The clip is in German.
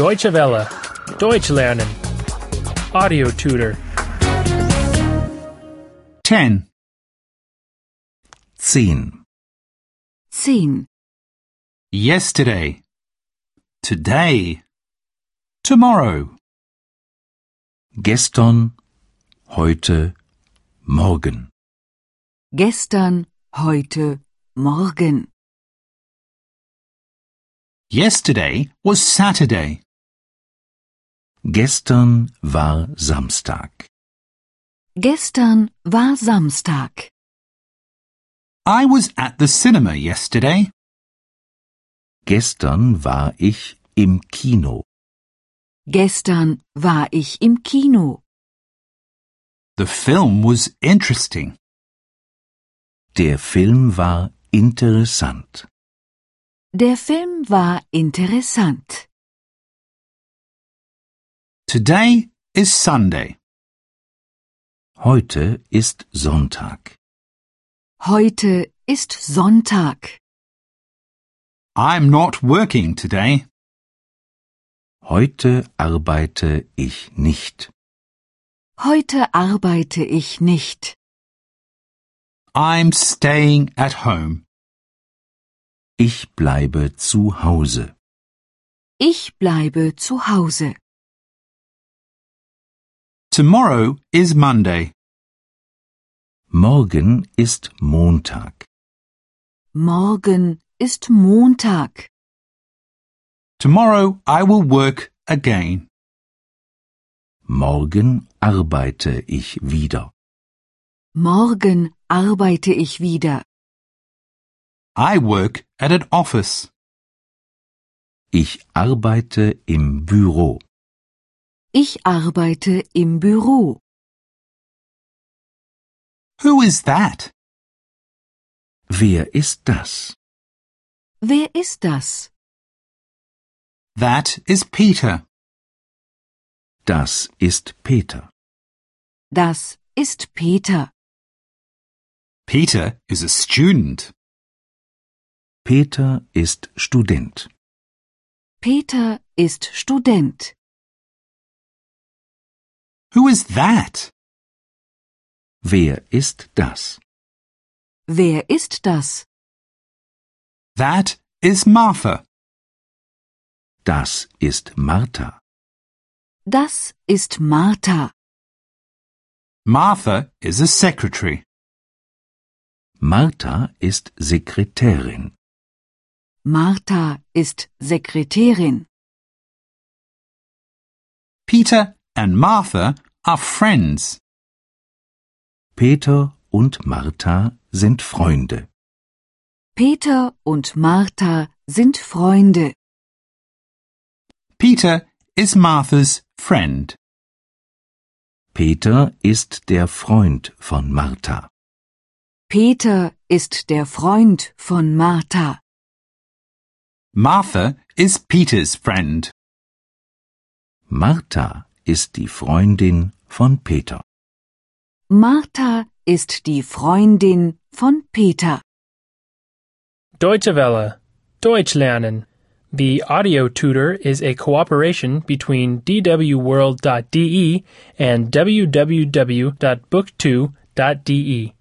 Deutsche Welle. Deutsch lernen. Audio tutor. 10. 10. 10. Yesterday. Today. Tomorrow. Gestern, heute, morgen. Gestern, heute, morgen. Yesterday was Saturday. Gestern war Samstag. Gestern war Samstag. I was at the cinema yesterday. Gestern war ich im Kino. Gestern war ich im Kino. The film was interesting. Der Film war interessant. Der Film war interessant. Today is Sunday. Heute ist Sonntag. Heute ist Sonntag. I'm not working today. Heute arbeite ich nicht. Heute arbeite ich nicht. I'm staying at home. Ich bleibe zu Hause. Ich bleibe zu Hause. Tomorrow is Monday. Morgen ist Montag. Morgen ist Montag. Tomorrow I will work again. Morgen arbeite ich wieder. Morgen arbeite ich wieder. I work at an office. Ich arbeite im Büro. Ich arbeite im Büro. Who is that? Wer ist das? Wer ist das? That is Peter. Das ist Peter. Das ist Peter. Peter is a student. Peter ist Student. Peter ist Student. Who is that? Wer ist das? Wer ist das? That is Martha. Das ist Martha. Das ist Martha. Martha is a secretary. Martha ist Sekretärin. Martha ist Sekretärin. Peter and Martha are friends. Peter und Martha sind Freunde. Peter und Martha sind Freunde. Peter is Martha's friend. Peter ist der Freund von Martha. Peter ist der Freund von Martha. Martha is Peter's friend. Martha ist die Freundin von Peter. Martha ist die Freundin von Peter. Deutsche Welle. Deutsch lernen. The audio tutor is a cooperation between E dwworld.de and www.book2.de.